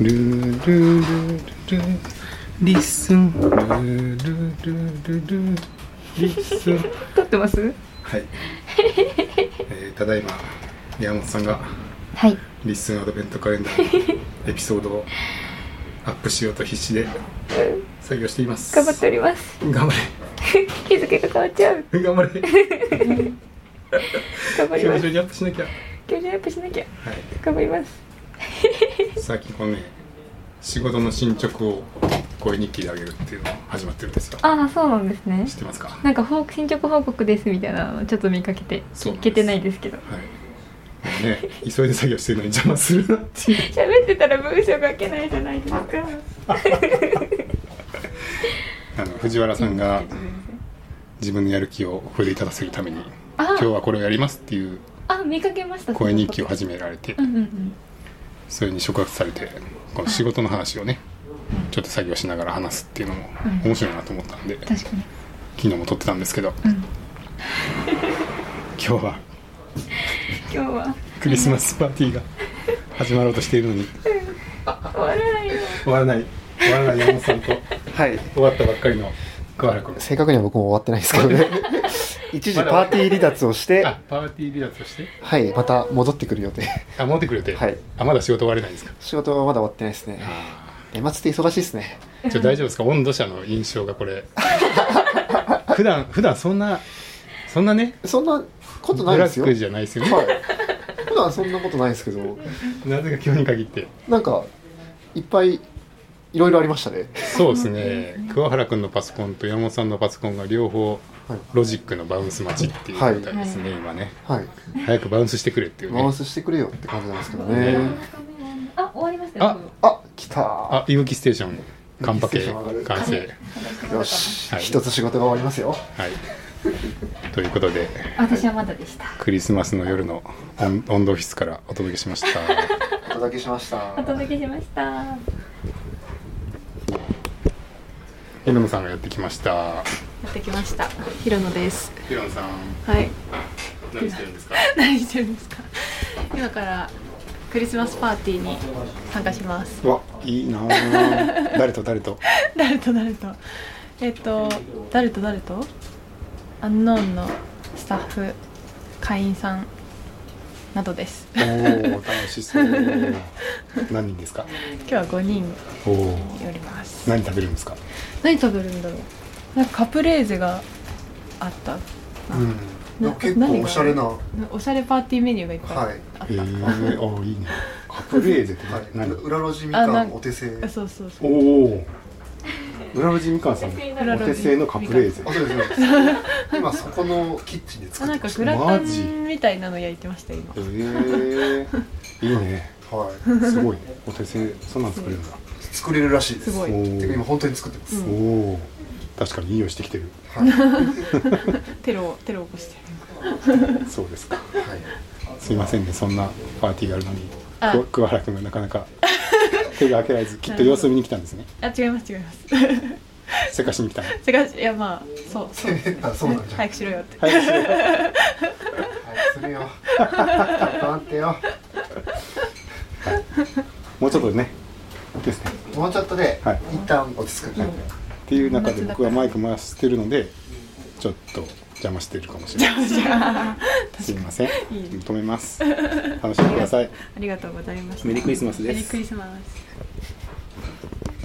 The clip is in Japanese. ルールールールーリッスンルールールールールーリッスン撮ってますはい、えー、ただいま宮本さんがはいリッスンアドベントカレンダーのエピソードをアップしようと必死で作業しています頑張っております 頑張日付が変わっちゃうれ頑張れ頑張り今ま日す中にアップしなきゃは今日じゃアップしなきゃい頑張ります最近このね仕事の進捗を声日記であげるっていうのが始まってるんですよああそうなんですね知ってますかなんか報告進捗報告ですみたいなのをちょっと見かけてそう聞なんですけてないですけどはい。ね、急いで作業してるのに邪魔するなっていう。喋ってたら文章書けないじゃないですか あの藤原さんが自分のやる気を奮い立たせるために、今あ日はこれをやりますっていうあ見かけました声日記を始められてう、んうんうんそれに触発されて、この仕事の話をね、ちょっと作業しながら話すっていうのもうん面白いなと思ったんで、昨確かに日も撮ってたんですけど、うん今日は今日はクリスマスパーティーが始まろうとしているのに終わらないよ終わらない、終わらない山本さんとはい。終わったばっかりの桑原君。正確には僕も終わってないですけどね。 一時パーティー離脱をして、あ、パーティー離脱をしてはい、また戻ってくる予定。あ、戻ってくれて。はい。あ、まだ仕事終われないんですか。仕事はまだ終わってないですね。年末って忙しいですね。ちょ大丈夫ですか。温度差の印象がこれ。 普段普段そんなそんなね、そんなことないブでラすよ。ックじゃないですよね。はい。普段そんなことないですけど、なぜか今日に限って。なんか、いっぱい、いろいろありましたね。そうですね。桑原君のパソコンと山本さんのパソコンが両方はい。ロジックのバウンス待ちっていう状態ですね、今ね。はい。早くバウンスしてくれっていう回ね。すしてくれよって感じなんですけどね。あ終わりましたああ、来たあ、いぶきステーションカンパケ完成。よしは。い一つ仕事が終わりますよ。はい。ということで。私はまだでしたクリスマスの夜のオンオンドオフィスからお届けしました。お届けしました。お届けしました平野さんがやってきました。やってきました。ひろのです。平野さん、はい。何してるんですか。何してるんですか。今からクリスマスパーティーに参加します。わ、いいなぁ。 誰と誰と。誰と誰と。えっと誰と誰と。アンノーンのスタッフ会員さんなどです。おお、楽しそう。何人ですか。今日は5人おお、おります。何食べるんですか。何食べるんだろう。なんかカプレーゼがあった。うん。な結構おしゃれな。はおしゃれパーティーメニューがいっぱいあった。い。ええー、おーいいね。カプレーゼってはい、何。裏路地みあかなんんお手製あそうそうそう。おお。裏路地みかんさん。お裏路手地製のカプレーゼあ。そうですそうです 今そこのキッチンであ作っなんてかましグラタマジンみたいなの焼いてました今ええー、いいね。たはいすごい。お手製、そんなん作れるんだ。作れるらしいですすごいてか今本当に作ってます、おお。確かにいい匂いしてきてる。テロをテロを起こしてるそうですか。はい、 すいませんねそんなパーティーがあるのにあく桑原君がなかなか手が開けられずきっと様子見に来たんですねあ違います違いますせかしに来たのせかしいやまあそうそう ですねあそうなんじゃん早くしろよって早くしろよはい、するよちょっと待ってよもうちょっとねですねもうちょっとで、はい一旦落ち着く、っていう中で僕はマイク回してるのでちょっと邪魔してるかもしれないすいません止めます楽しんでくださいありがとうございましたメリークリスマスですメリークリスマス